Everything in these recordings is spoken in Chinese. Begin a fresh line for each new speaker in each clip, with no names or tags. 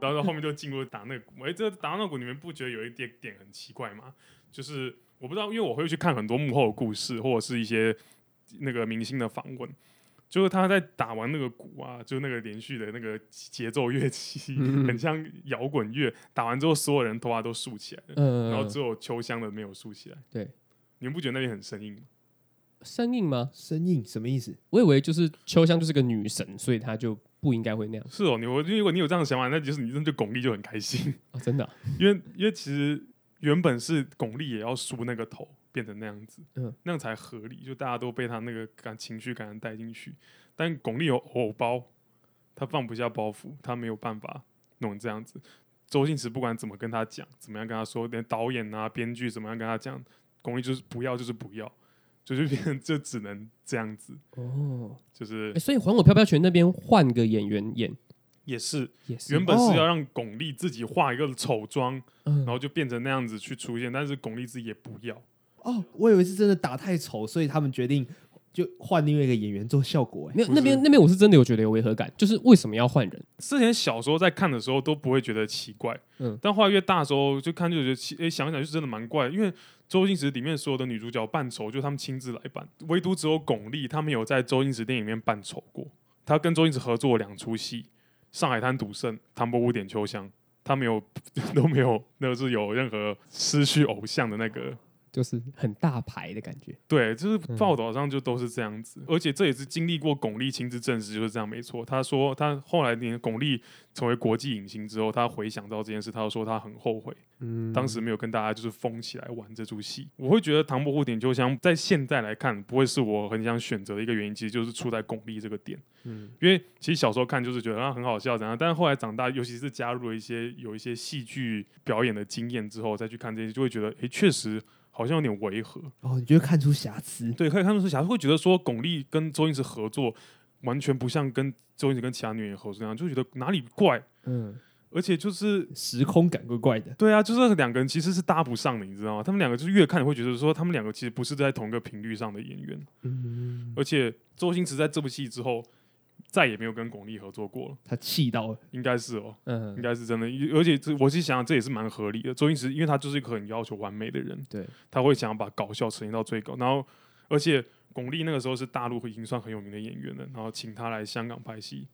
然后到后面就进入打那鼓。哎、这打那鼓，你们不觉得有一点点很奇怪吗？就是我不知道，因为我会去看很多幕后的故事，或者是一些那个明星的访问。就是他在打完那个鼓啊，就是那个连续的那个节奏乐器，
嗯
很像摇滚乐。打完之后，所有人头发都竖起来了，
呃，
然后只有秋香的没有竖起来。
对，
你们不觉得那边很生硬吗？
生硬吗？
生硬什么意思？
我以为就是秋香就是个女神，所以她就不应该会那样
是哦，你我如果你有这样的想法，那就是你真的就巩俐就很开心，
哦，真的啊、
因为因为其实原本是巩俐也要梳那个头变成那样子，
嗯
那样才合理，就大家都被他那个感情绪感染带进去。但巩俐有偶包，她放不下包袱，她没有办法弄这样子。周星驰不管怎么跟他讲，怎么样跟他说，连导演啊、编剧怎么样跟他讲，巩俐就是不要，就是不要，就是变成就只能这样子，
哦，
就是
诶所以《还我飘飘拳》那边换个演员演
也是
也是，
原本是要
哦
让巩俐自己画一个丑妆，
嗯
然后就变成那样子去出现，但是巩俐自己也不要。
哦，我以为是真的打太丑，所以他们决定就换另外一个演员做效果、哎，
没有
不
那边
是
那边我是真的有觉得有违和感，就是为什么要换人？
之前小时候在看的时候都不会觉得奇怪，
嗯
但后来越大的时候就看就觉得奇，诶、想想就真的蛮怪，因为周星驰里面所有的女主角扮丑就他们亲自来扮，唯独只有巩俐她没有在周星驰电影里面扮丑过。她跟周星驰合作两出戏，《上海滩赌圣》《唐伯虎点秋香》，她没有 都没有，那个是有任何失去偶像的那个
就是很大牌的感觉，
对，就是报道上就都是这样子，而且这也是经历过巩俐亲自证实就是这样，没错。他说他后来连巩俐成为国际影星之后，他回想到这件事，他就说他很后悔，
嗯
当时没有跟大家就是疯起来玩这出戏。我会觉得《唐伯虎点秋香》在现在来看，不会是我很想选择的一个原因，其实就是出在巩俐这个点。
嗯
因为其实小时候看就是觉得啊很好笑怎样，但是后来长大，尤其是加入了一些有一些戏剧表演的经验之后，再去看这些，就会觉得诶，确实好像有点违和。
哦，你就会看出瑕疵，
对，可以看得出，小孩会觉得说巩俐跟周星驰合作，完全不像跟周星驰跟其他女演员合作那样，就觉得哪里怪，
嗯，
而且就是。
时空感怪怪的。
对啊，就是两个人其实是搭不上的，你知道吗？他们两个就是越看你会觉得说，他们两个其实不是在同一个频率上的演员。
嗯，
而且周星驰在这部戏之后，再也没有跟巩俐合作过了，
他气到了，
应该是哦，应
嗯，
该是真的。而且这我是想想，这也是蛮合理的。周星驰因为他就是一个很要求完美的人，
对，
他会想要把搞笑呈现到最高。然后，而且巩俐那个时候是大陆已经算很有名的演员了，然后请他来香港拍戏。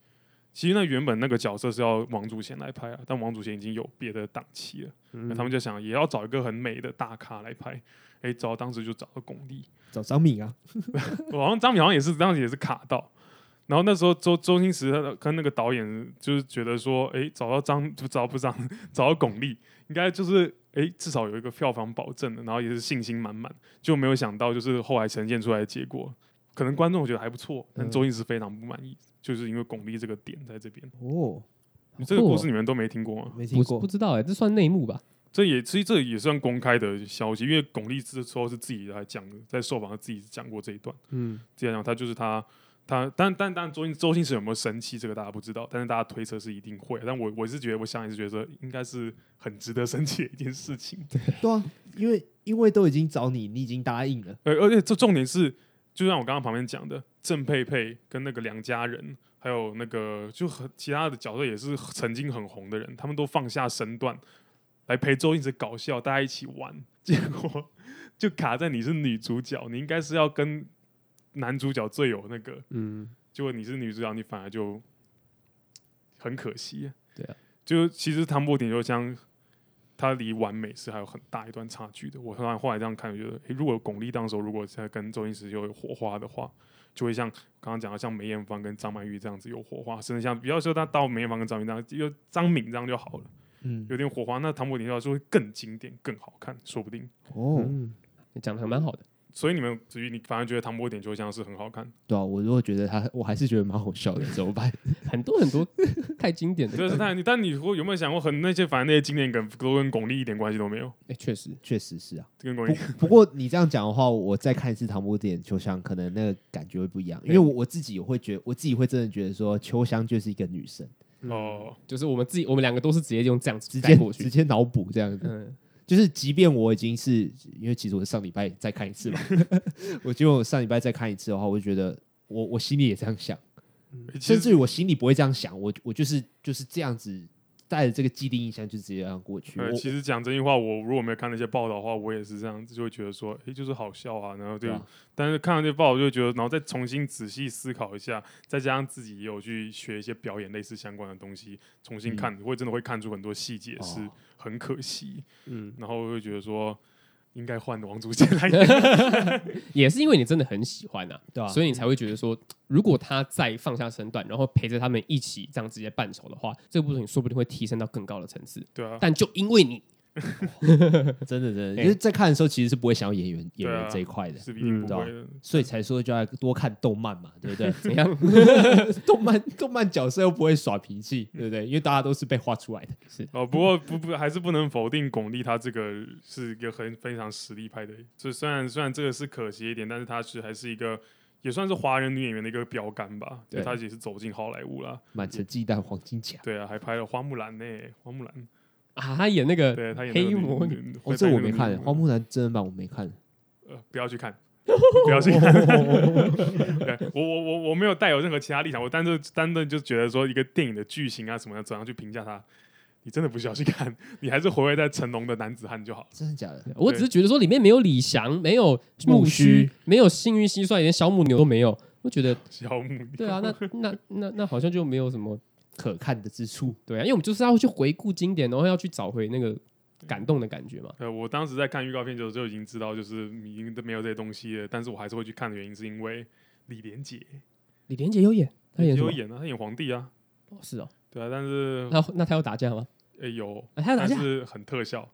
其实那原本那个角色是要王祖贤来拍啊，但王祖贤已经有别的档期了，
嗯
那他们就想也要找一个很美的大咖来拍。哎，找当时就找到巩俐，
找张敏啊，
我好像张敏好像也是当时也是卡到。然后那时候周周星驰他跟那个导演就是觉得说，哎，找到张就找不张， 找到巩俐，应该就是哎至少有一个票房保证的，然后也是信心满满，就没有想到就是后来呈现出来的结果，可能观众觉得还不错，但周星驰非常不满意，就是因为巩俐这个点在这边。
哦，
你这个故事
哦
你们都没听过吗？
没听
不是不
过，
知道哎、这算内幕吧？
这也其实这也算公开的消息，因为巩俐这时候是自己来讲的，在受访自己讲过这一段。
嗯，
这样讲，他就是他，他，但但但周星周星驰有没有生气，这个大家不知道，但是大家推测是一定会。但我我是觉得，我想也是觉得应该是很值得生气的一件事情。
对啊，因为因为都已经找你，你已经答应了，
呃，而且这重点是，就像我刚刚旁边讲的，郑佩佩跟那个梁家人，还有那个就很其他的角色也是曾经很红的人，他们都放下身段来陪周星驰搞笑，大家一起玩， 结果就卡在你是女主角，你应该是要跟男主角最有那个。
嗯，
结果你是女主角，你反而就很可惜。
对啊，
就其实唐伯虎点秋香，它离完美是还有很大一段差距的。我突然后来这样看，我觉得，诶如果巩俐当时候如果在跟周星驰有火花的话，就会像刚刚讲的，像梅艳芳跟张曼玉这样子有火花，甚至像不要说她到梅艳芳跟张曼玉这样，就张敏这样就好了，
嗯，
有点火花。那唐伯虎点秋香就会更经典、更好看，说不定。
哦，
嗯你讲的还蛮好的，
所以你们至于你反而觉得唐伯虎点秋香是很好 看，
对啊，我如果觉得他，我还是觉得蛮好笑的，怎么办？
很多很多太经典的梗，
这是但你但你会有没有想过，很那些反正那些经典梗都跟巩俐一点关系都没有。
哎、确实，
确实是啊，
跟国
不
民
不过你这样讲的话，我再看一次《唐伯虎点秋香》，可能那个感觉会不一样，因为
对
我我自己也会觉我自己会真的觉得说，秋香就是一个女神，
哦，
就是我们自己，我们两个都是直接用这样子
直
带
接
过
直
去，
接脑补这样子。
嗯，
就是即便我已经是因为其实我上礼拜再看一次嘛， 我结果我上礼拜再看一次的话，我就觉得我我心里也这样想，
其
甚
实
至于我心里不会这样想，我我就是就是这样子带着这个既定印象就直接让它过去。
呃，
我
其实讲真心话，我如果没有看那些报道的话，我也是这样，就会觉得说，诶，就是好笑啊，然后就，
对啊
但是看到这些报道就会觉得，然后再重新仔细思考一下，再加上自己也有去学一些表演类似相关的东西，重新看，会真的会看出很多细节
嗯哦
是很可惜，
嗯，
然后会觉得说，应该换王祖贤来演，
也是因为你真的很喜欢啊，
对吧？
所以你才会觉得说，如果他再放下身段，然后陪着他们一起这样直接伴手的话，这个部分你说不定会提升到更高的层次。
对啊，
但就因为你，
真的真的，
哎
因为在看的时候其实是不会想要演员演
对啊
员这一块的，
是一定
嗯
不
对啊
会的。
所以才说就要多看动漫嘛，对 不对？
怎样？
动漫动漫角色又不会耍脾气，对不对？因为大家都是被画出来的，
哦，不过不不，还是不能否定巩俐，她这个是一个很非常实力派的。这虽然虽然这个是可惜一点，但是她是还是一个也算是华人女演员的一个标杆吧。就
对
她也是走进好莱坞啦。
满城鸡蛋黄金甲。
对啊，还拍了《花木兰》呢，《花木兰》
啊，他演那
呃
个
对她演那个女
黑魔女，
女
哦，
会
这
拍
我
那个
没
女
看，
女
《花木兰》真人版我没看。
呃，不要去 看，不要去看。对我我我我没有带有任何其他立场，我单纯单纯就觉得说一个电影的剧情啊什么的，怎样去评价它，你真的不需要去看，你还是活跃在成龙的男子汉就好。
真的假的？
我只是觉得说里面没有李翔，没有木
木须
须，没有幸运蟋蟀，连小母牛都没有。我 觉得，
小木
对啊，那那那那好像就没有什么
可看的之处，
对啊，因为我们就是要去回顾经典，然后要去找回那个感动的感觉嘛。
呃，我当时在看预告片的时候就已经知道，就是已经都没有这些东西了，但是我还是会去看的原因是因为李连杰，
李连杰有演，他演什
有
么？
演啊，他演皇帝啊，
哦是哦，
对啊，但是
那那他要打架吗？
呃、有，
啊他要打
但
架，
是很特效，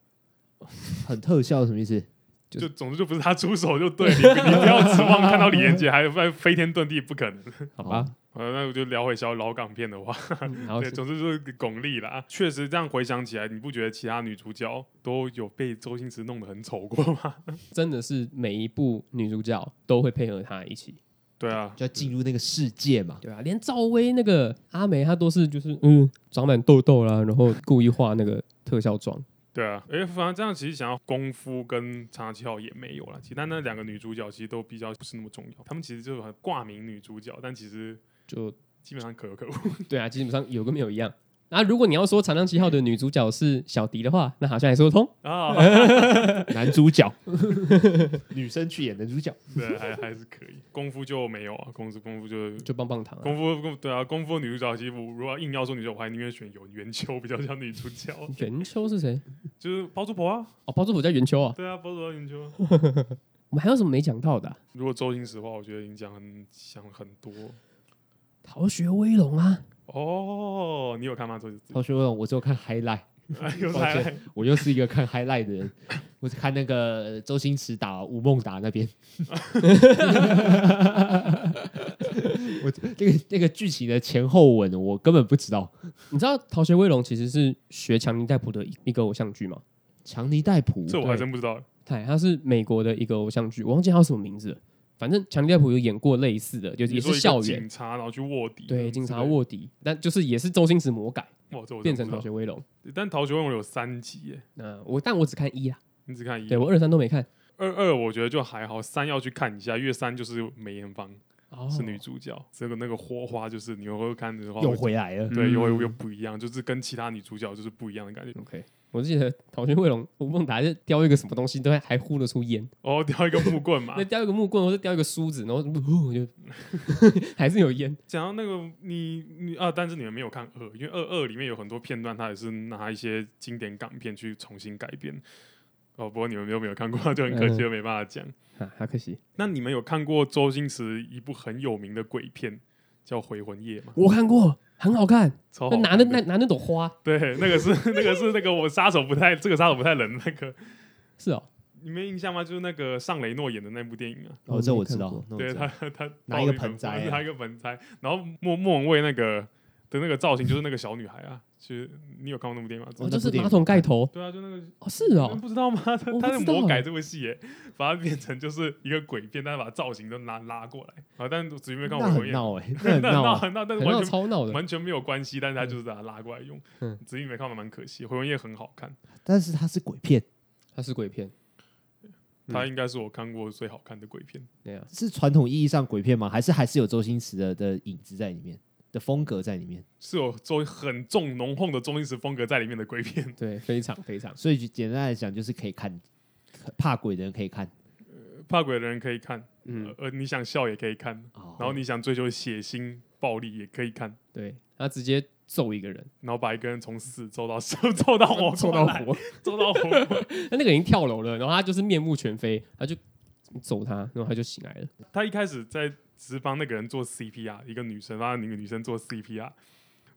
很特效什么意思？
就
就总之就不是他出手就对，你你不要指望看到李连杰还还飞天遁地，不可能。
好吧？嗯
呃，那我就聊回小老港片的话，
然后
对，总之就是巩俐啦。确实这样回想起来，你不觉得其他女主角都有被周星驰弄得很丑过吗？
真的是每一部女主角都会配合他一起，
对啊，
就要进入那个世界 嘛。
对啊，连赵薇那个阿梅，她都是就是嗯长满痘痘啦，然后故意画那个特效妆。
对啊，哎，反正这样其实想要功夫跟长崎号也没有啦。其他那两个女主角其实都比较不是那么重要，她们其实就是很挂名女主角，但其实
就
基本上可有可无。
对啊，基本上有跟没有一样。那、如果你要说《长江七号》的女主角是小迪的话，那好像也说得通。
啊，
男主角， 女生去演男主角，
对，还还是可以。功夫就没有啊，功夫功夫就
就棒棒糖、啊，
功夫功对啊，功夫女主角其实我如果要硬要说女主角，我还宁愿选有圆秋比较像女主角，
元秋是谁？
就是包租婆啊，
哦，包租婆叫元秋啊。
对啊，包租婆圆秋。
我们还有什么没讲到的啊、
如果周星驰的话，我觉得影响很想很多
逃学威龙啊，
哦。你有看吗？周星 驰？哎
同学问我只有看 highlight，
有
抱
才
歉我又是一个看 highlight 的人，我只看那个周星驰打吴孟达那边，我那个那个剧情的前后文我根本不知道。
你知道逃学威龙其实是学强尼戴普的一一个偶像剧吗？
强尼戴普，
这我还真不知道。
对，它是美国的一个偶像剧，我忘记它叫什么名字了。反正强尼戴普有演过类似的，就是
你
也
说
是
一个
校园
警嗯察，然后去卧底，
对警察，卧底，但就是也是周星驰魔改
哇，这我
变
真的
成
不
逃
知
学威龙。
道。但逃学威龙有三集耶，
那我但我只看一啦，
你只看一
对，我二三都没看。
二二，我觉得就还好，三要去看一下，因为三就是梅艳芳
哦
是女主角，这个那个火花就是你会看的话，
又回来了。
对，
嗯
又又不一样，就是跟其他女主角就是不一样的感觉。
哦 OK，我记得《逃学威龙》，吴孟达是叼一个什么东西，都还还呼得出烟，
哦，叼一个木棍嘛
那、，叼一个木棍或者叼一个梳子，然后 呼就还是有烟。
讲到那个你你啊，但是你们没有看二，因为二二里面有很多片段，它也是拿一些经典港片去重新改编。哦，不过你们又没有看过，就很可惜，
嗯
就没办法讲。
啊，好可惜，
那你们有看过周星驰一部很有名的鬼片叫《回魂夜》吗？
我看过，很好看，
超
那
好
拿
看
那
的
那拿那朵花，
对，那个是 那个是那个我杀手不太这个杀手不太冷那个，
是哦，
你没印象吗？就是那个尚雷诺演的那部电影啊，
哦，这我知
没看
道
过。
那我
对
知
他
道
他
拿
抱
一个
那
盆栽 啊
拿一个盆栽，然后莫莫文蔚那个的那个造型就是那个小女孩啊，就是你有看过那部电影吗？
哦，
哦
就
那
是
部电影
马桶盖头，
对啊，就那个
哦，是
你
哦
们，不知道吗？他
我不
他是
知道
魔改
欸
这部戏耶， 把它变成就是一个鬼片，但是把造型都拉拉过来啊。但是只因为看
那
我回
很
演，
闹哎， 那 很
那
闹啊。
很闹，但是
很 闹
完全
超闹的，
完全没有关系，但是他就是把它拉过来用
嗯。
只因没看完蛮可惜，《回魂夜》很好看，
但是它是鬼片，
它是鬼片，嗯
它应该是我看过最好看的鬼片。
对啊，
是传统意义上鬼片吗？还是还是有周星驰的的影子在里面？的风格在里面，
是有周很重浓厚的周星驰风格在里面的鬼片。
对，非常非常
所以就简单来讲就是可以看，怕鬼的人可以看。
怕鬼的人可以看，
嗯，
呃，你想笑也可以看，
哦
然后你想追求血腥暴力也可以看，
对，他直接揍一个人，
然后把一个人从死 揍到生，哦揍到活，
揍到，活，
揍到活。
那那个已经跳楼了，然后他就是面目全非，他就揍他，然后他就醒来了。
他一开始在只是帮那个人做 CPR，一个女生帮那个女生做 CPR，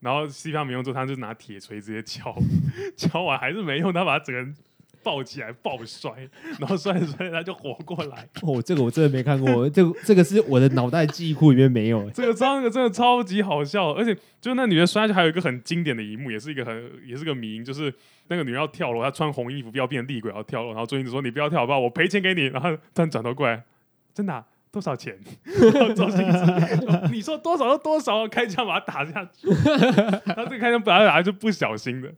然后 CPR 没用之后，他就拿铁锤直接敲， 敲完还是没用，他把他整个人抱起来抱摔，然后摔着摔着他就活过来。
哦，这个我真的没看过，这个这个是我的脑袋记忆库里面没有。
这个超那个真的超级好笑，而且就那女的摔下去，还有一个很经典的一幕，也是一个很也是个迷因，就是那个女人要跳楼，她穿红衣服要变厉鬼要跳楼，然后周星驰说你不要跳好不好，我赔钱给你，然后突然转头过来，真的啊、多少钱？然后周星驰，你说多少就多少，开枪把他打下去。他这个开枪打下打就不小心的，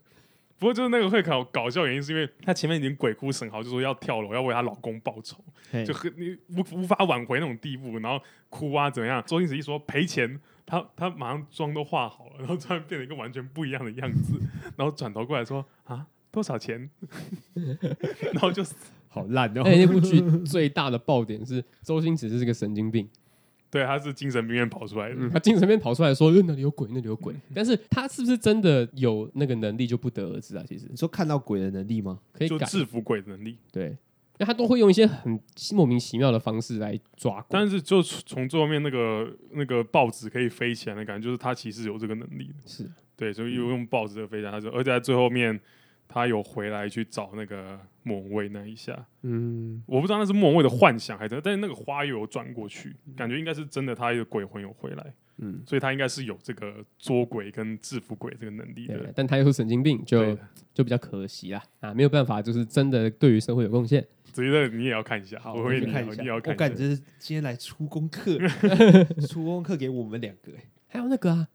不过就是那个会搞搞笑原因是因为她前面已经鬼哭神嚎，就说要跳楼，要为她老公报仇。
嘿
就很你无无法挽回那种地步，然后哭啊怎么样？周星驰一说赔钱，他他马上妆都化好了，然后突然变成一个完全不一样的样子，然后转头过来说啊多少钱？ 然后就
好烂哦
而，且那部剧最大的爆点是周星驰是个神经病，
对他是精神病院跑出来的，
嗯，他精神病跑出来说、呃、那里有鬼，那里有鬼，但是他是不是真的有那个能力就不得而知啊？其实
你说看到鬼的能力吗？
可以
就
改，
制服鬼的能力。
对，那他都会用一些很莫名其妙的方式来抓鬼，
但是就从最后面那个那个报纸可以飞起来的感觉，就是他其实有这个能力的。
是
对，所以又用报纸的飞起来，他就而且在最后面他有回来去找那个莫文蔚那一下，
嗯，
我不知道那是莫文蔚的幻想还是，但是那个花又有转过去，感觉应该是真的，他的鬼魂有回来，
嗯，
所以他应该是有这个捉鬼跟制服鬼这个能力
对
的，。
但他又是神经病，就
对，
就比较可惜啦，啊，没有办法，就是真的对于社会有贡献。
所以这个你也要看一下，
好，
哦我
我
会
去
你
看一
要
下
你。要
我
看
感
一下。
觉今天来出 功课，出功课给我们两个。
还有那个啊，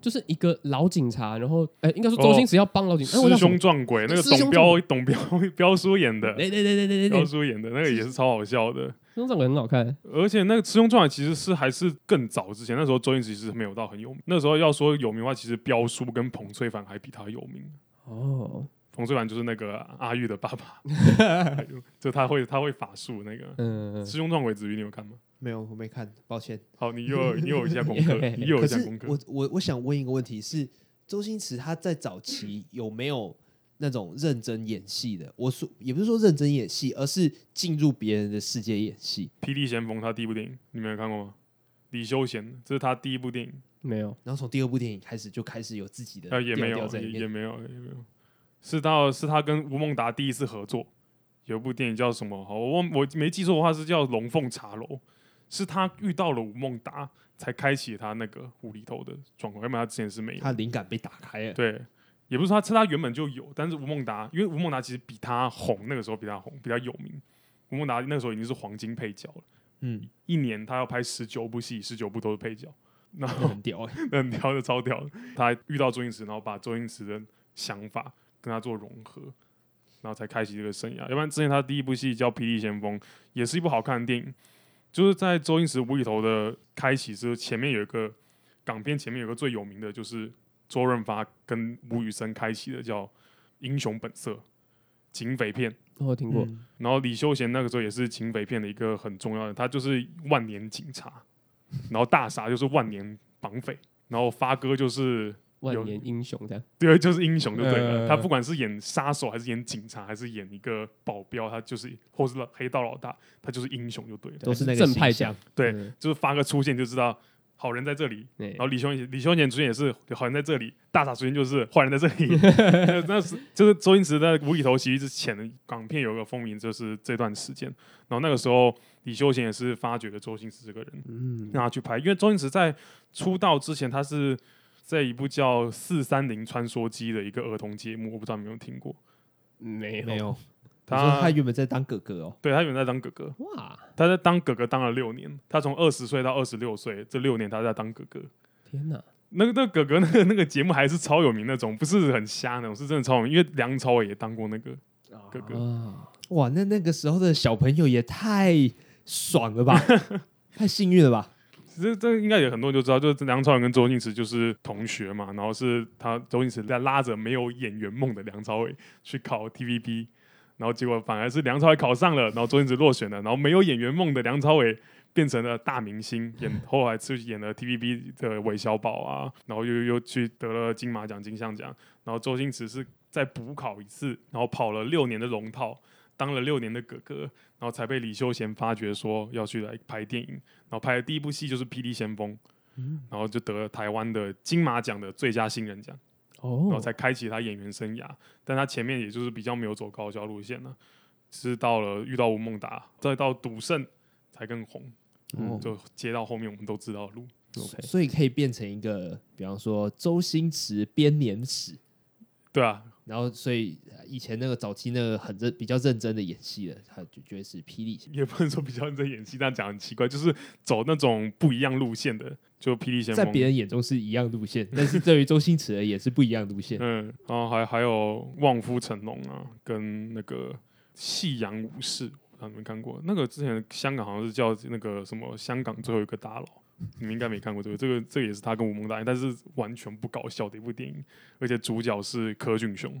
就是一个老警察，然后哎、应该说周星驰要帮老警，哎、我
师
叫什么
兄撞鬼，那个
师
董
兄
彪董彪 彪叔演的，
对对对对对对
彪
对，
叔演的那个也是超好笑的。
那种很好看，
而且那个师兄撞鬼其实是还是更早之前，那时候周星驰其实没有到很有名。那时候要说有名的话，其实彪叔跟彭翠凡还比他有名。
哦，
彭翠凡就是那个阿玉的爸爸， 就他会他会法术那个
嗯
《师兄撞鬼之余》，你有看吗？
没有，我没看，抱歉。
好，你又有 你又有一下功课，你又有
可
一下
是
功课。
我我我想问一个问题是，周星驰他在早期有没有那种认真演戏的？我说也不是说认真演戏，而是进入别人的世界演戏。
霹雳先锋他第一部电影，你没有看过吗？李修贤，这是他第一部电影，
没有，
然后从第二部电影开始就开始有自己的
呃，也没
调
有
调，在
也
里
也
面。
没有，也没有。是到是他跟吴孟达第一次合作，有一部电影叫什么？好我忘我没记错的话是叫《龙凤茶楼》，是他遇到了吴孟达，才开启他那个无厘头的状况，要不然他之前是没有。
他灵感被打开了，
对，也不是说他，是他原本就有，但是吴孟达，因为吴孟达其实比他红，那个时候比他红，比较有名。吴孟达那个时候已经是黄金配角了，
嗯，
一年他要拍十九部戏，十九部都是配角，然
那
后
很屌 哎、
很屌的超屌的。他遇到周星驰，然后把周星驰的想法跟他做融合，然后才开启这个生涯。要不然之前他第一部戏叫《霹雳先锋》，也是一部好看的电影，就是在周星驰无厘头的开启之后，前面有一个港片，前面有个最有名的就是周润发跟吴宇森开启的叫《英雄本色》警匪片。
我哦有听过，
嗯
然后李修贤那个时候也是警匪片的一个很重要的，他就是万年警察，然后大傻就是万年绑匪，然后发哥就是
万年英雄这样，
对，就是英雄就对了。
呃
他不管是演杀手还是演警察，还是演一个保镖，他就是或是黑道老大，他就是英雄就对了。
都是那个
正派
形象
奖，
对
嗯，
就是发哥出现就知道好人在这里，
对
然后李修贤李修贤出现也是好人在这里，大傻出现就是坏人在这 里。那那是就是周星驰在无厘头喜剧之前的港片有一个风靡，就是这段时间。然后那个时候李修贤也是发掘了周星驰这个人，
嗯，
让他去拍。因为周星驰在出道之前，他是在一部叫《四三零穿梭机》的一个儿童节目，我不知道你有没有听过。
没有
没有，他说他
他
原本在当哥哥哦，
对他原来当哥哥，
哇，
他在当哥哥当了六年，他从二十岁到二十六岁，这六年他在当哥哥。
天哪，啊
那个那个哥哥那个那个节目还是超有名那种，不是很瞎那种，是真的超有名。因为梁朝伟也当过那个哥哥，
啊，
哇， 那那个时候的小朋友也太爽了吧，太幸运了吧？
这这应该也很多人就知道，就是梁朝伟跟周星驰就是同学嘛，然后是他周星驰在拉着没有演员梦的梁朝伟去考 TVB，然后结果反而是梁朝伟考上了，然后周星驰落选了，然后没有演员梦的梁朝伟。变成了大明星，演后来去演了 TVB 的韦小宝啊，然后又又去得了金马奖、金像奖，然后周星驰是再补考一次，然后跑了六年的龙套，当了六年的哥哥，然后才被李修贤发掘说要去来拍电影，然后拍的第一部戏就是《霹雳先锋》，
嗯
然后就得了台湾的金马奖的最佳新人奖，然后
哦，
才开启他演员生涯。但他前面也就是比较没有走高校路线了，是到了遇到吴孟达，再到赌圣才更红，
哦
就接到后面我们都知道的路。
OK
所以可以变成一个，比方说周星驰编年史，
对啊，
然后所以呃以前那个早期那个很认比较认真的演戏的，他就觉得是霹雳。
也不能说比较认真演戏，但讲很奇怪，就是走那种不一样路线的，就霹雳先
在
锋。
别人眼中是一样 路线，但是对于周星驰而言是不一样路线。
嗯，然后还还有望夫成龙啊，跟那个夕阳武士，不知道你们看过？那个之前香港好像是叫那个什么香港最后一个大佬，你们应该没看过这个。这个这个也是他跟吴孟达演，但是完全不搞笑的一部电影，而且主角是柯俊雄。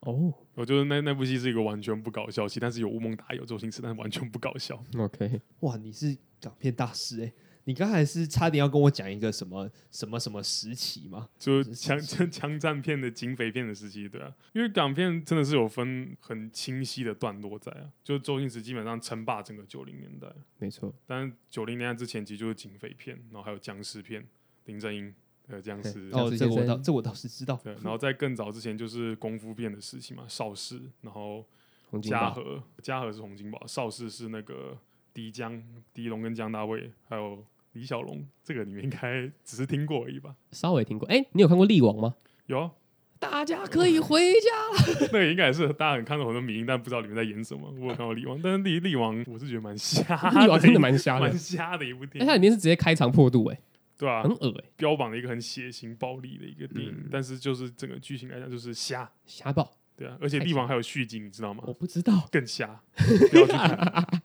哦
我觉得那那部戏是一个完全不搞笑戏，但是有吴孟达有周星驰，但是完全不搞笑。
，OK，
哇，你是港片大师哎、你刚才是差点要跟我讲一个什么什么什么时期吗？
就是枪 枪枪战片的警匪片的时期，对啊，因为港片真的是有分很清晰的段落在啊，就是周星驰基本上称霸整个九零年代，
没错，
但九零年代之前其实就是警匪片，然后还有僵尸片，林正英呃僵尸，
对
哦，这个我
先
倒
生
这我倒是知道。
对，然后在更早之前就是功夫片的时期嘛，邵氏，然后
洪金
嘉
宝
禾，嘉禾是洪金宝，邵氏是那个狄江、狄龙跟江大卫，还有李小龙，这个你们应该 只是听过而已吧？
稍微听过，哎，你有看过《力王》吗？
有啊
大家可以回 家。
那个应该也是大家很看到很多迷音，但不知道里面在演什么。我有看到力王，但是力力王我是觉得蛮瞎的，
力王真的蛮瞎的
蛮，瞎的一部
哎、
电
它
影，
里面是直接开肠破肚、欸，
对啊
哎，很，恶哎、
标榜了一个很血腥暴力的一个电影，
嗯
但是就是整个剧情来讲就是瞎，
瞎爆！
对啊，而且力王还有续集，你知道吗
我？不知道
更瞎，不 要去看。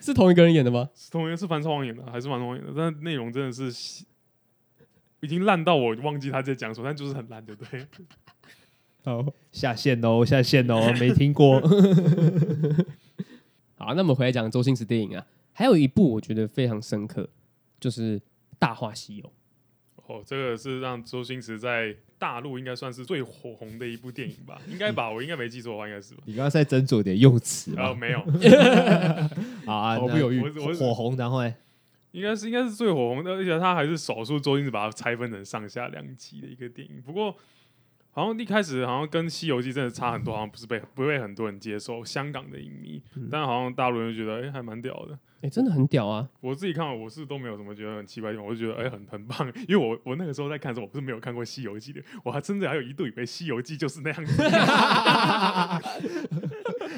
是同一个人演的吗？
是同一个是樊少皇演的，还是樊少皇演的？但是内容真的是细已经烂到我忘记他在讲什么，但就是很烂，对不对？
好，
下线哦，下线哦，没 听过。
好，那我们回来讲周星驰电影啊，还有一部我觉得非常深刻，就是《大话西游》。
哦，这个是让周星驰在大陆应该算是最火红的一部电影吧？应该吧？我应该没记错的话，应该是吧？
你刚刚在斟酌点用词
啊，
吗？
没有，
好啊，
毫不
那
犹豫
我是我是
火红，然后呢？
应该是应该是最火红的，而且他还是少数周星驰把它拆分成上下两集的一个电影。不过好像一开始好像跟《西游记》真的差很多，好像不是被 不被很多人接受香港的影迷，但好像大陆人就觉得哎、还蛮屌的。
哎、真的很屌啊！
我自己看完我是都没有什么觉得很奇怪的地方，我就觉得哎、很很棒，因为我我那个时候在看的时候我不是没有看过《西游记》的，我还真的还有一度以为《西游记》就是那样子。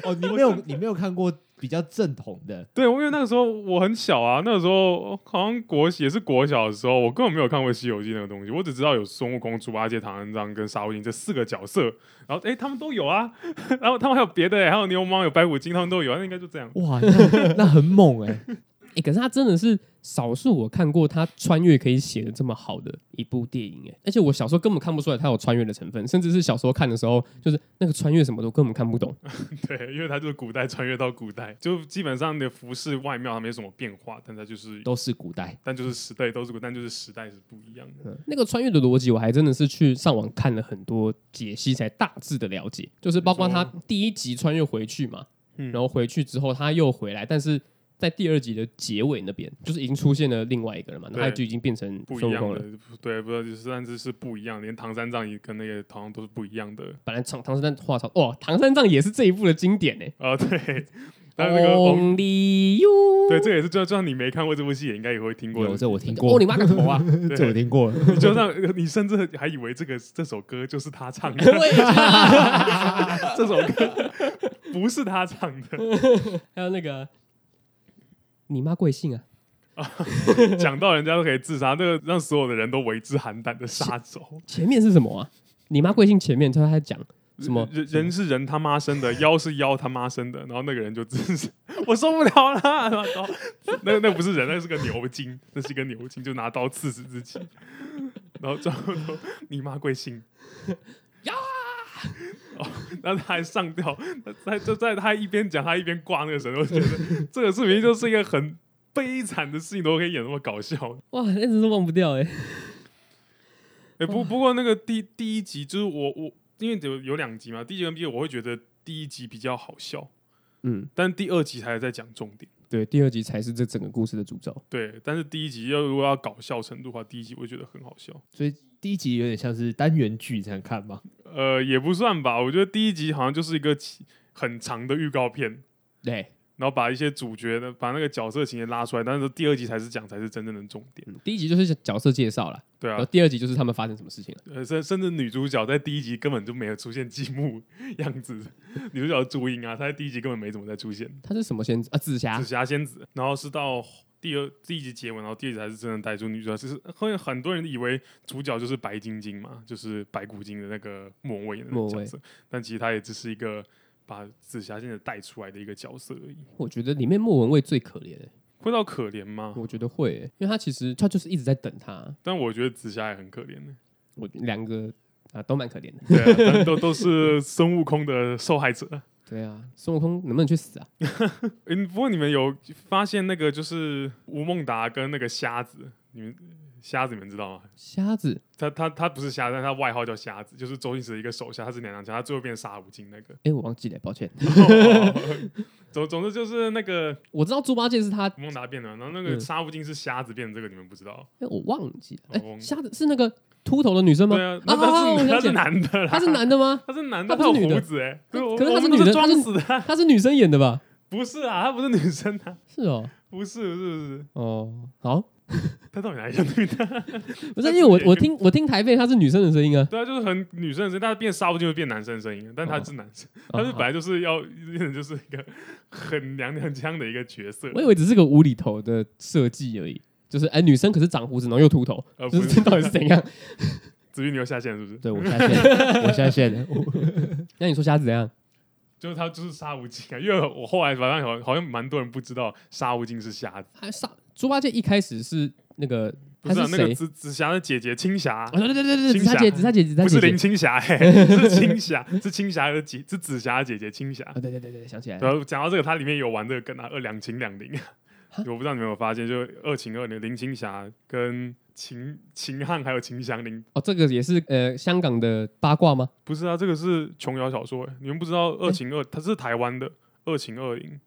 哦，你没有，你没有看过比较正统的
对，因为那个时候我很小啊，那个时候好像国也是国小的时候，我根本没有看过《西游记》那个东西，我只知道有孙悟空、猪八戒、唐三藏跟沙悟净这四个角色，然后哎他们都有啊， 然后他们还有别的、欸，还有牛魔王、有白骨精，他们都有、啊，那应该就这样。
哇，那那很猛哎、
哎、可是他真的是少数我看过他穿越可以写的这么好的一部电影哎、而且我小时候根本看不出来他有穿越的成分，甚至是小时候看的时候，就是那个穿越什么都根本看不懂。
对，因为它就是古代穿越到古代，就基本上你的服饰外貌它没什么变化，但它就是
都是古代，
但就是时代都是古，但就是时代是不一样的。
那个穿越的逻辑，我还真的是去上网看了很多解析，才大致的了解。就是包括他第一集穿越回去嘛，
嗯
然后回去之后他又回来，但是在第二集的结尾那边，就是已经出现了另外一个人嘛，
对
那他就已经变成
不一
孙悟
样
空
的
了。，
对，不知道就是甚至是不一样，连唐三藏也跟那个好像都是不一样的。
本来唐唐三藏画超哇，唐三藏也是这一部的经典呢、
啊，对， 但是那个哦我们
Only you，
对，这个也是，就算你没看过这部戏，也应该也会听过
有
的。
这我听
哦
过
你，妈个头啊！
这我听过了。
你 就让 你甚至还以为这个这首歌就是他唱的，
我也觉得
这首歌不是他唱的。
还有那个你妈贵姓啊？
讲到人家都可以自杀，这个让所有的人都为之寒胆的杀手。
前面是什么啊？你妈贵姓前面他还讲什么？
呃 人人是人他妈生的，妖是妖他妈生的，然后那个人就自杀，我受不了啦！拿刀，那那不是人，那是个牛筋， 那是一个牛筋，就拿刀刺死自己，然后最后都你妈贵姓
呀？
哦，然后他还上吊，他就在他一边讲，他一边挂那个绳，我觉得这个视频就是一个很悲惨的事情，都可以演那么搞笑。
哇，那真是忘不掉哎、
哎、不不过那个第第一集就是我我因为有有两集嘛，第一集跟第二集我会觉得第一集比较好笑，
嗯，
但第二集才在讲重点。
对，第二集才是这整个故事的主轴。
对，但是第一集要如果要搞笑程度的话，第一集我觉得很好笑。
所以第一集有点像是单元剧这样看嘛。
呃，也不算吧，我觉得第一集好像就是一个起很长的预告片，
对，
然后把一些主角的把那个角色情节拉出来，但是第二集才是讲才是真正的重点。
嗯第一集就是角色介绍了，
对
然后
啊，
第二集就是他们发生什么事情了。
呃，甚甚至女主角在第一集根本就没有出现积木样子， 女主角朱茵啊，她在第一集根本没怎么再出现，
他是什么先啊？紫霞
紫，霞仙子，然后是到。第二第一集结尾，然后第二集才是真的带出女主角。就是会很多人以为主角就是白晶晶嘛，就是白骨精的那个莫文蔚演的那
莫
个角
文蔚
色，但其实她也只是一个把紫霞仙子带出来的一个角色而已。
我觉得里面莫文蔚最可怜、欸，
会到可怜吗？
我觉得会欸、因为他其实他就是一直在等他，
但我觉得紫霞也很可怜的、
我两个啊都蛮可怜的。
对啊，但都都是孙悟空的受害者。
对啊，孙悟空能不能去死啊？
嗯，不过你们有发现那个就是吴孟达跟那个瞎子，你们瞎子你们知道吗？
瞎子
他他他不是瞎，但他外号叫瞎子，就是周星驰的一个手下，他是娘娘腔，他最后变沙悟净那 个。哦
哎、我忘记了，抱歉。
总总之就是那个
我知道猪八戒是他，
吴孟达变的，啊然后那个
嗯
沙悟净是瞎子变的，这个你们不知道？
哎、我忘记了。哎、
我忘
瞎子是那个秃头的女生吗？
对啊，
啊
那他
我
是
想
他
起
是
来
男的啦，
她是男的 吗？
他是男的，
他
他有
不是女的
胡子哎，
可
我
是他是
们都
女的
装
他是
死的啊，
她是女生演的吧？
不是啊，他不是女生啊，
是哦，
不是不是不是，
哦，好，
他到底哪里像女的？啊
不是因为我我听我听台妹她是女生的声音啊，
对啊，就是很女生的声音，但是变沙悟净会变男生的声音，但他是男生，他是
哦
本来就是要变成就是一个很娘娘腔的一个角色
我，以为只是个无厘头的设计而已，就是哎、女生可是长胡子，然后又秃头，
呃，不
就是是这到底是怎样？
子瑜你又下线是不是？
对我下 线，我下线了。那你说瞎子怎样？
就是他就是沙悟净啊，因为我后来反正好好像蛮多人不知道沙悟净是瞎子，
还傻猪八戒一开始是那个
不是、啊、
还
那
是
个
谁？
紫紫霞的姐姐青霞。
哦对对对对，
青
紫
霞
霞姐，紫霞姐，紫霞
不是林
姐姐。
青霞、 嘿，是青霞，是青霞的姐，是紫霞的姐姐青霞。
啊，对对对对，想起来
然
了。
后讲到这个，它里面有玩这个梗啊，二两情两零，我不知道你们有没有发现，就二情二零，林青霞跟秦秦汉还有秦祥林，
哦，这个也是呃香港的八卦吗？
不是啊，这个是琼瑶小说、欸，你们不知道二情
哎
二，它是台湾的。二情二零，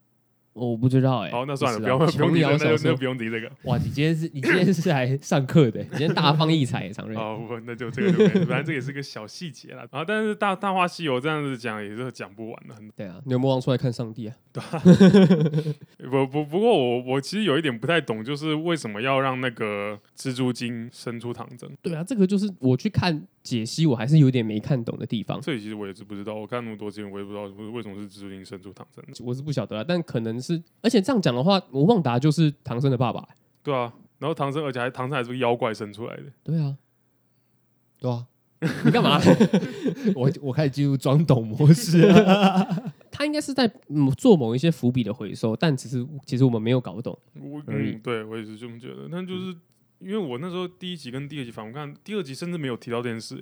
哦我不知道哎。
好，那算了，不
知道
用不用
琼
提这
瑶
个，那
小
就那就
说
不，用提这个。
哇，你今天是你今天是来上课的、
你今天大放 异彩，常瑞。
哦，不，那就这个就没了，反正这也是个小细节啦。然后，但是大大话西游这样子讲也是讲不完的，很
对啊，你有没有望出来看上帝啊？
不不不过我我其实有一点不太懂，就是为什么要让那个蜘蛛精伸出唐僧？
对啊，这个就是我去看解析，我还是有点没看懂的地方。
这里其实我也是不知道，我看那么多资源，我也不知道为什么是蜘蛛精伸出唐僧。
我是不晓得啊，但可能是，而且这样讲的话，吴孟达就是唐僧的爸爸欸。
对啊，然后唐僧，而且还唐僧还是个妖怪生出来的。
对啊，
对啊，
你干嘛？
我我开始进入装懂模式了。
他应该是在嗯做某一些伏笔的回收，但其实其实我们没有搞懂。
我
而已嗯
嗯，对我也是这么觉得。但就是、因为我那时候第一集跟第二集反复看，第二集甚至没有提到这件事，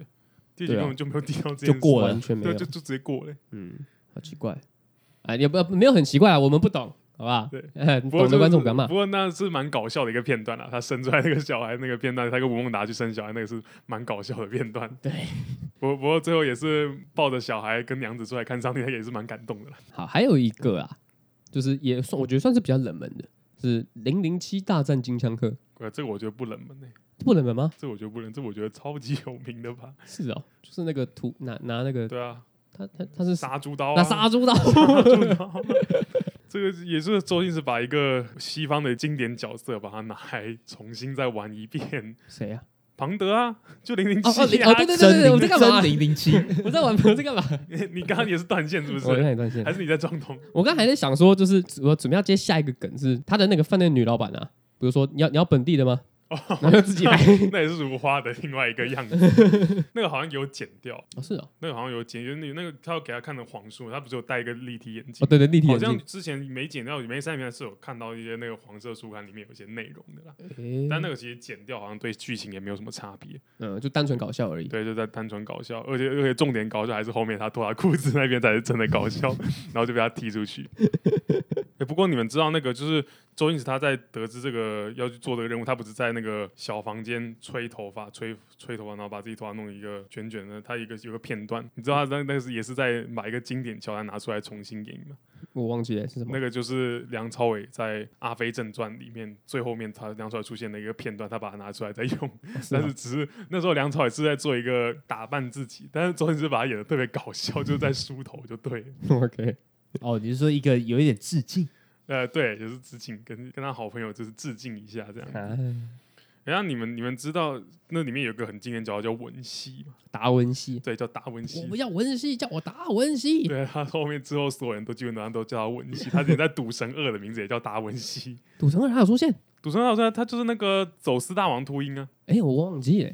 第二集
对啊
根本就没有提到这件事，
就过了
完全没
对，
有
就，就直接过了。
嗯，好奇怪，啊，也不没有很奇怪啊，我们不懂，好吧？
对
呃，
不过
懂
这
的
个
观众
是
不要骂
不。过那是蛮搞笑的一个片段啊啦，他生出来那个小孩那个片段，他跟吴孟达去生小孩那个是蛮搞笑的片段。
对，
不不过最后也是抱着小孩跟娘子出来看上帝，他也是蛮感动的啦。
好，还有一个啊，就是也算我觉得算是比较冷门的，是《零零七大战金枪客》，
呃，这个我觉得不冷门诶、欸
不冷门吗？
这我觉得不能，这我觉得超级有名的吧？
是哦，就是那个图拿拿那个
对啊，
他他他是
杀猪刀、啊，
拿杀猪刀，
杀猪刀，这个也是周星驰把一个西方的经典角色把它拿来重新再玩一遍。
谁呀？
庞德啊，就零零
哦哦
七
哦
啊，
对对对对，我在干嘛？
零 零七，
啊我在玩我在干嘛？
啊 你刚刚也是断线是不
我
是？
让你断线
还。是你在装懂？
我刚才还在想说，就是我准备要接下一个梗是他的那个饭店女老板啊，比如说你要你要本地的吗？然后就自己来。
哦 那也是如花的另外一个样子。 那个好像有剪掉，
哦，是哦，
那个好像有剪，就是那个那个他要给他看的黄树，他不是有戴一个立体眼镜
哦，？对对，立体
好
眼
像
镜。
之前没剪掉，没删里面是有看到一些那个黄色书刊里面有一些内容的啦，
诶
但那个其实剪掉好像对剧情也没有什么差别，
嗯，就单纯搞笑而已。
对，就在单纯搞笑，而且而且重点搞笑还是后面他脱他裤子那边才是真的搞 笑，然后就被他踢出去。欸不过你们知道那个就是周星驰他在得知这个要去做这个任务，他不是在那个小房间吹头发、吹吹头发，然后把自己头发弄一个卷卷的，他一个有个片段，你知道他那那个是也是在把一个经典桥段拿出来重新演吗？
我忘记了是什么
那。个就是梁朝伟在《阿飞正传》里面最后面他梁朝伟出现的一个片段，他把它拿出来再用。
哦是
但
吗
是只是那时候梁朝伟是在做一个打扮自己，但是周星驰把他演的特别搞笑，就是在梳头就对了。
OK，
哦，你是说一个有一点致敬？
呃，对，就是致敬，跟跟他好朋友就是致敬一下这样。
啊，
然后你们你们知道那里面有一个很经典角色叫文熙嘛？
达文西，
对，叫达文西
我不。要文西，叫我达文西。
对他后面之后所有人都基本上都叫他文熙，他之前在《赌神二》的名字也叫达文西。
赌神二还有出现？
《赌神二》好像他就是那个走私大王秃鹰啊。
哎，我忘记了。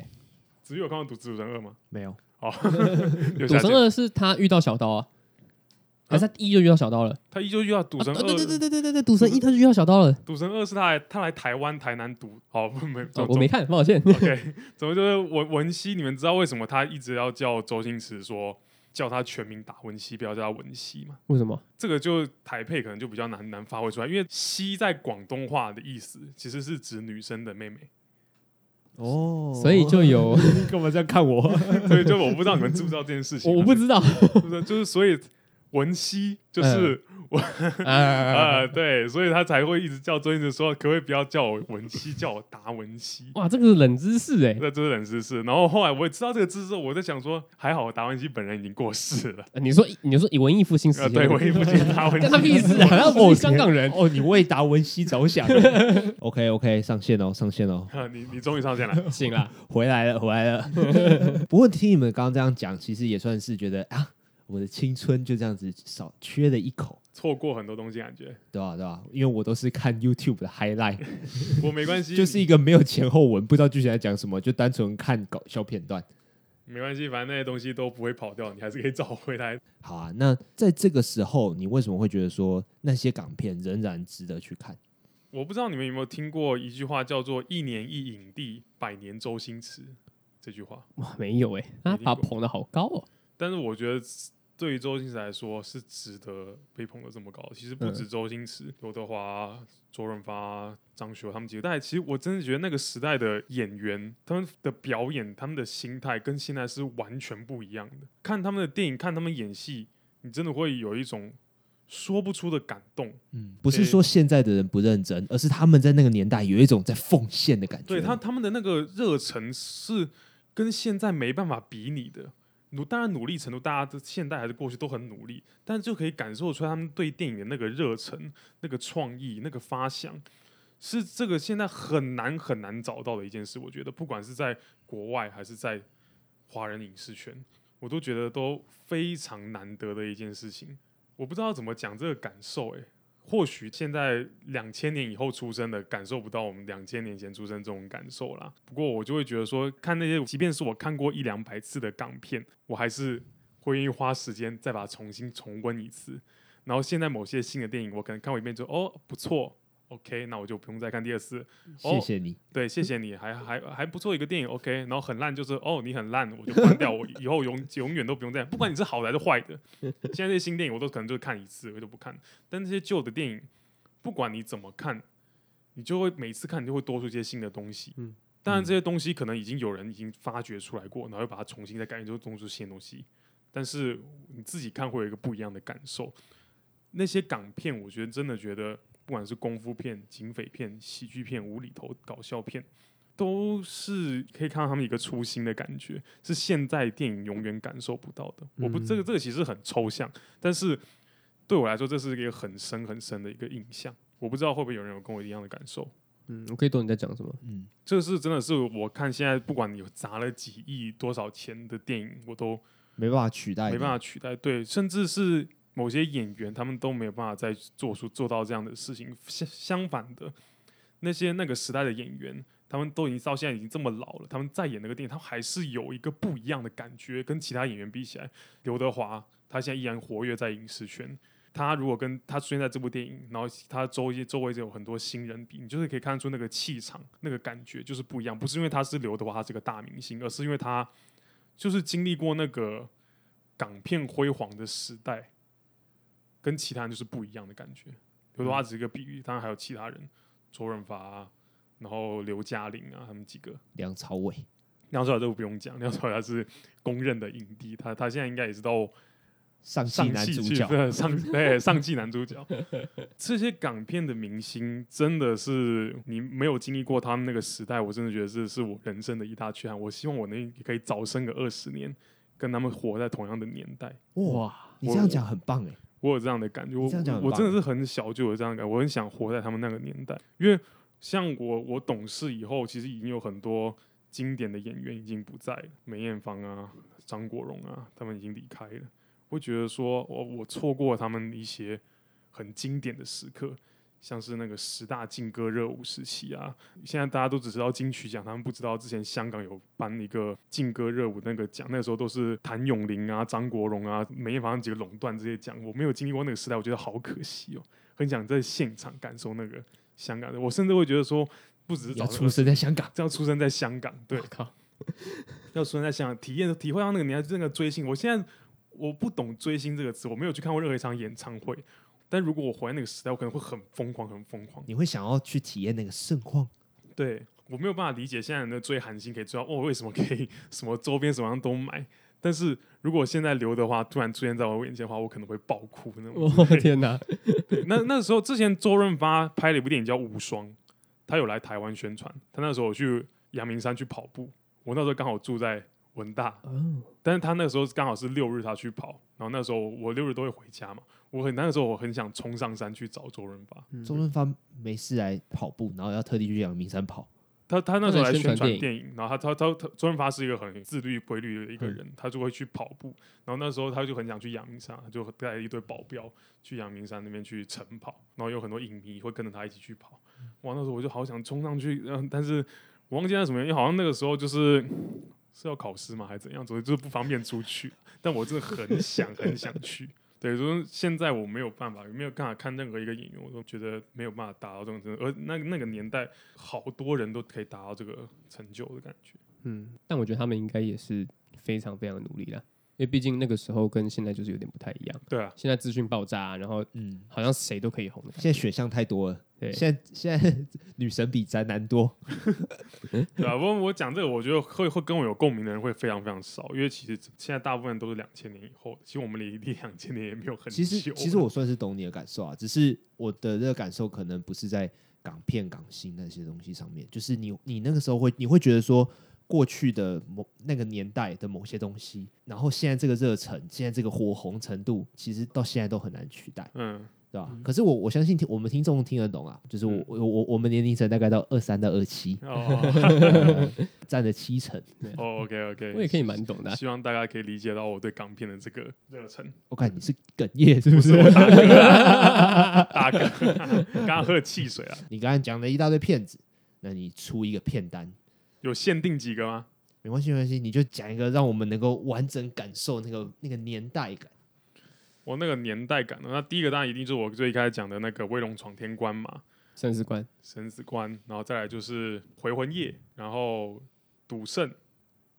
子玉有看过《赌赌神二》 吗？
没有，
哦，赌
赌神二是他遇到小刀啊，还是他一就遇到小刀了？
他依旧遇到赌神
啊
二，
对对对对对对对，赌神一他就遇到小刀了。
赌神二是他来他来台湾台南赌，好不没
哦
总，
我没看，抱歉。
总 OK，怎 么就是文文熙？你们知道为什么他一直要叫周星驰说叫他全名打文熙，不要叫他文熙吗？
为什么？
这个就台配可能就比较难难发挥出来，因为“熙”在广东话的意思其实是指女生的妹妹，
哦，
所以 就有
你干嘛这样看我？
所以就我不知道你们知不知道这件事情，
我我不知 道。
不知道，就是所以文熙就是、
啊
呃，对，所以他才会一直叫周星驰说，可不可以不要叫我文熙，叫我达文熙？
哇，这个是冷知识哎、
那这是冷知识。然后后来我也知道这个知识之后，我在想说，还好达文西本人已经过世了。
呃你说你说以啊文艺复兴 时
呃，
期，
对，我也不见达文西
干他屁事啊！好像我是香港人，
哦，你为达文西着 想。OK OK，上线哦，上线哦，
啊你你终于上线了，
行啦，
回来了，回来了。 不过听你们刚刚这样讲，其实也算是觉得啊，我的青春就这样子少缺了一口，
错过很多东西，感觉。
对吧、对吧、因为我都是看 YouTube 的 highlight，
不过没关系，
就是一个没有前后文，不知道剧情在讲什么，就单纯看搞笑片段。
没关系，反正那些东西都不会跑掉，你还是可以找回来。
好啊，那在这个时候，你为什么会觉得说那些港片仍然值得去看？
我不知道你们有没有听过一句话，叫做“一年一影帝，百年周星驰”这句话。
哇，没有哎、他把捧的好高哦、
但是我觉得对于周星驰来说是值得被捧得这么高。其实不止周星驰、刘德华、周润发、张学友他们几个，但其实我真的觉得那个时代的演员，他们的表演、他们的心态跟现在是完全不一样的。看他们的电影，看他们演戏，你真的会有一种说不出的感动。
嗯，不是说现在的人不认真，而是他们在那个年代有一种在奉献的感觉。
对他他们的那个热忱是跟现在没办法比拟的。努当然努力程度，大家的现代还是过去都很努力，但是就可以感受出来他们对电影的那个热忱、那个创意、那个发想，是这个现在很难很难找到的一件事。我觉得，不管是在国外还是在华人影视圈，我都觉得都非常难得的一件事情。我不知道怎么讲这个感受、欸，或许现在两千年以后出生的感受不到我们两千年前出生这种感受啦。不过我就会觉得说，看那些即便是我看过一两百次的港片，我还是会愿意花时间再把它重新重温一次。然后现在某些新的电影，我可能看过一遍就哦不错，OK，那我就不用再看第二次。哦
谢谢你。
对，谢谢你，还还还不错一个电影，OK。然后很烂就是哦，你很烂，我就关掉，我以后永 永远都不用再，不管你是好的还是坏的。现在这些新电影我都可能就看一次，我就不看。但这些旧的电影，不管你怎么看，你就会每次看你就会多出一些新的东西。
嗯
当然这些东西可能已经有人已经发掘出来过，然后又把它重新再改编，就弄出新的东西。但是你自己看会有一个不一样的感受。那些港片，我觉得真的觉得，不管是功夫片、警匪片、喜剧片、无厘头、搞笑片，都是可以看到他们一个初心的感觉，是现在电影永远感受不到的。我不，这个这个其实很抽象，但是对我来说，这是一个很深很深的一个印象。我不知道会不会有人有跟我一样的感受。
嗯，我可以懂你在讲什 么。
嗯，
这是真的是我看现在不管有砸了几亿多少钱的电影，我都
没办法取代你，
没办法取代，对，甚至是某些演员他们都没有办法再做出做到这样的事情。相相反的，那些那个时代的演员，他们都已经到现在已经这么老了，他们再演那个电影，他们还是有一个不一样的感觉，跟其他演员比起来，刘德华他现在依然活跃在影视圈。他如果跟他出现在这部电影，然后他周一周围就有很多新人比，你就是可以看出那个气场、那个感觉就是不一样。不是因为他是刘德华这个大明星，而是因为他就是经历过那个港片辉煌的时代，跟其他人就是不一样的感觉。刘
嗯
德华只是一个比喻，当然还有其他人，周润发、啊，然后刘嘉玲啊，他们几个。
梁朝伟，
梁朝伟都不用讲， 梁朝伟他是公认的影帝，他他现在应该也是到
上戏
上
男
季
主
去
角，
对 上对上季男主角， 这些港片的明星真的是你没有经历过他们那个时代，我真的觉得是是我人生的一大缺憾。我希望我能可以早生个二十年，跟他们活在同样的年代。
哇，
你这样讲很棒哎，
我有这样的感觉，我
你这样讲很
我
棒
真的是很小就有这样的感觉，我很想活在他们那个年代，因为像我我懂事以后，其实已经有很多经典的演员已经不在了，梅艳芳啊、张国荣啊，他们已经离开了，会觉得说我我错过他们一些很经典的时刻。像是那个十大劲歌热舞时期啊，现在大家都只知道金曲奖，他们不知道之前香港有颁一个劲歌热舞那个奖，那时候都是谭咏麟啊、张国荣啊、梅艳芳几个垄断这些奖，我没有经历过那个时代，我觉得好可惜哦，很想在现场感受那个香港的，我甚至会觉得说，不只是
你
找
要
那个
出生在香港，
这样出生在香港，对
我，靠，
要出生在香港，体验体会到那个年代那个追星。我现在我不懂追星这个词，我没有去看过任何一场演唱会，但如果我活在那个时代，我可能会很疯狂，很疯狂。
你会想要去体验那个盛况。
对我没有办法理解现在人的追韩星可以追到哦，为什么可以 什么周边什么样都买？但是如果现在刘德华突然出现在我眼前的话，我可能会爆哭那种。
我哦天哪，
对那那时候之前周润发拍了一部电影叫《无双》，他有来台湾宣传。他那时候我去阳明山去跑步，我那时候刚好住在文大，
哦，
但是他那个时候刚好是六日，他去跑，然后那时候我六日都会回家嘛，我很那个时候我很想冲上山去找周润发，
周润发没事来跑步，然后要特地去阳明山跑，
他他那时候来宣
他在
传
宣传
电影，然后他他他他周润发是一个很自律规律的一个人，他就会去跑步，然后那时候他就很想去阳明山，他就带一堆保镖去阳明山那边去晨跑，然后有很多影迷会跟着他一起去跑，哇，那时候我就好想冲上去，嗯、但是我忘记那什么原因，好像那个时候就是是要考试嘛，还是怎样，总之就是不方便出去。但我真的很想很想去。对，就是现在我没有办法，没有办法看任何一个演员，我都觉得没有办法达到这种程度。而那那个年代，好多人都可以达到这个成就的感觉。
嗯，但我觉得他们应该也是非常非常努力啦，因为毕竟那个时候跟现在就是有点不太一样，
对啊，
现在资讯爆炸，然后
嗯，
好像谁都可以红的感觉，
现在选项太多了，
对，
现在现在女神比宅男多，
对啊。不过我讲这个，我觉得会会跟我有共鸣的人会非常非常少，因为其实现在大部分都是两千年以后，其实我们离离两千年也没有很久。
其实其实我算是懂你的感受啊，只是我的这个感受可能不是在港片、港星那些东西上面，就是你你那个时候会你会觉得说过去的某那个年代的某些东西，然后现在这个热忱，现在这个火红程度，其实到现在都很难取代，
嗯，
对吧？可是我我相信听我们听众听得懂啊，就是我、
嗯，
我我我们年龄层大概到二三到二七
哦
占了七成，
哦，OK OK，
我也可以蛮懂的啊、
希望大家可以理解到我对港片的这个热忱。
我看你是哽咽是不是？
大哥，刚刚喝了汽水啊，
你刚才讲了一大堆骗子，那你出一个片单。
有限定几个吗？
没关系，没关系，你就讲一个让我们能够完整感受那个那个年代感。
我那个年代感的，那第一个当然一定就是我最一开始讲的那个《威龙闯天关》嘛，
三十关，
《生死关》，然后再来就是《回魂夜》，然后《赌圣》，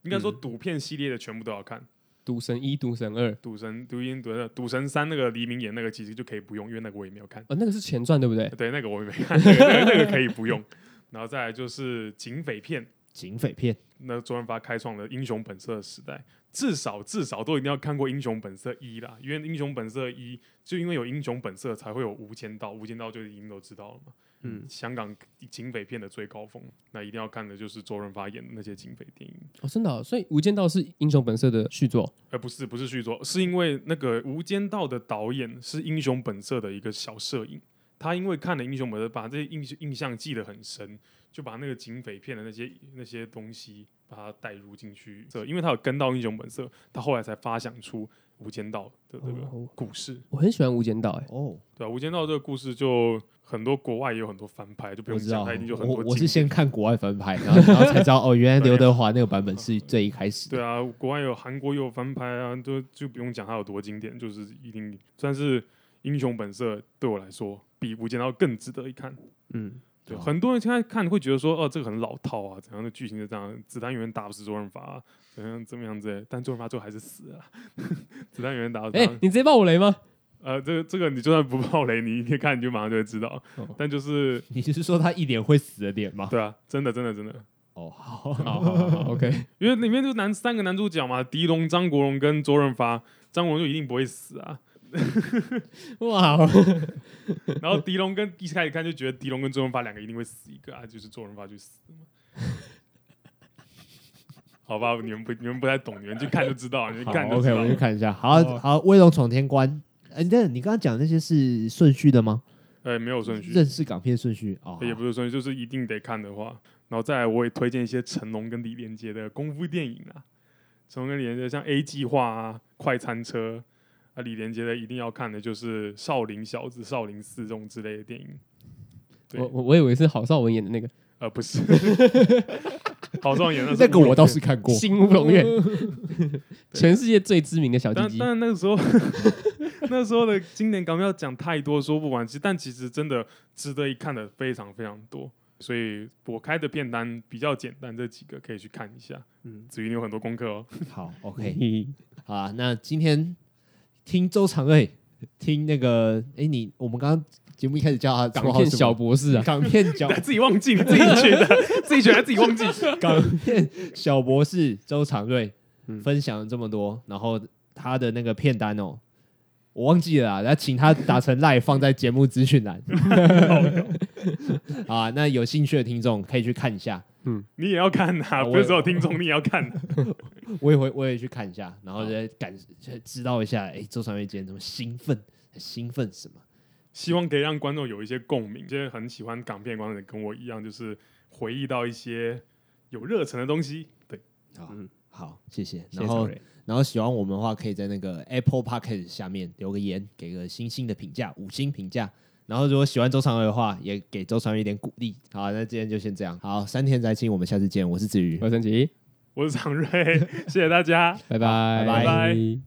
应该说赌片系列的全部都要看。
赌神一、赌神二，
赌神、赌神、赌神、赌神三那个黎明演那个其实就可以不用，因为那个我也没有看。
哦，那个是前传对不对？
对，那个我也没看，那个那个那个可以不用。然后再来就是警匪片，
警匪片，
那周润发开创了英雄本色的时代，至少至少都一定要看过《英雄本色一》啦，因为《英雄本色一》就因为有《英雄本色》才会有《无间道》，《无间道》就已经都知道了嘛，
嗯，
香港警匪片的最高峰，那一定要看的就是周润发演的那些警匪电影，
哦，真的哦、所以《无间道》是《英雄本色》的续作，
而呃不是不是续作，是因为那个《无间道》的导演是《英雄本色》的一个小摄影，他因为看了《英雄本色》，把这些印印象记得很深，就把那个警匪片的那些那些东西把它带入进去。这因为他有跟到《英雄本色》，他后来才发想出《无间道》的这个
哦
故事。
我很喜欢《无间道》哎，
哦，
对啊，《无间道》这个故事就很多国外也有很多翻拍，就不
我
用
知道，
讲，它一定就很多
我
经典。
我是先看国外翻拍，然后然后才知道哦，原 来刘德华那个版本是最一开始的。
对啊，国外有韩国有翻拍啊，就就不用讲它有多经典，就是一定算是《英雄本色》对我来说比《无间道》更值得一看。
嗯，
对，
哦
很多人现在看会觉得说，哦，这个很老套啊，怎样的剧情就这样，子弹员打不死周润发、啊，怎样怎么样之类，但周润发最后还是死了 啊，子弹员打不死
哎、
他。
你直接爆我雷 吗？
呃，这个这个你就算不爆雷，你一看你就马上就会知道。
哦
但就是
你是说他一脸会死的脸吗？
对啊，真的真的真的，
哦，
好
好，
好好好，OK，
因为里面就男三个男主角嘛，狄龙、张国荣跟周润发，张国荣就一定不会死啊。
哇哦，
然后狄龙跟一开始看就觉得狄龙跟周润发两个一定会死一个啊，就是周润发去死嘛。好吧，你们不你们不太懂，你们去看就知道，你们
好
看就知
，OK，
道
我
了。
去看一下。好好，威龙闯天关。哎，那你刚刚讲那些是顺序的吗？
哎、没有顺序，
认识港片顺序哦，
也不是顺序，就是一定得看的话。然后再来，我也推荐一些成龙跟李连杰的功夫电影啊，成龙跟李连杰像《A 计划》啊，《快餐车》啊，李连杰的一定要看的就是《少林小子》《少林寺》这种之类的电影。对
我我我以为是郝邵文 演的那个《
呃，不是，好啊像演的
那个我倒是看过。
新乌龙院》， 全世界最知名的小鸡
但
鸡，
但那个时候， 那时候的经典港片要讲太多，说不完。其实，但其实真的值得一看的非常非常多。所以我开的片单比较简单，这几个可以去看一下。
嗯，
子瑜，你有很多功课哦。
好
嘿
，OK，
嘿
好啊，那今天听周长瑞，听那个，哎，你我们刚刚节目一开始叫他
港片小博士啊，
港片小
自己忘记，你自己觉得，自己觉得自己忘记。
港片小博士周长瑞
嗯
分享了这么多，然后他的那个片单哦，我忘记了啦，啊那请他打成 live 放在节目资讯 栏。 好啊，那有兴趣的听众可以去看一下，
你也要看呐、
啊我
不是只有听众，你也要看、
我也会我也去看一下，然后再感知道一下，哎，周长瑞今天怎么兴奋？兴奋什么？
希望可以让观众有一些共鸣。就是很喜欢港片的观众跟我一样，就是回忆到一些有热忱的东西。对，
好
嗯，
啊好，谢谢。
谢谢
然后
常瑞
然后喜欢我们的话，可以在那个 Apple Podcast 下面留个言，给个星星的评价，五星评价。然后如果喜欢周长伟的话，也给周长伟一点鼓励。好，那今天就先这样。好，三天宅青，我们下次见。我是子瑜，
我是陈奇，
我是常瑞，谢谢大家。
拜
拜
拜
拜。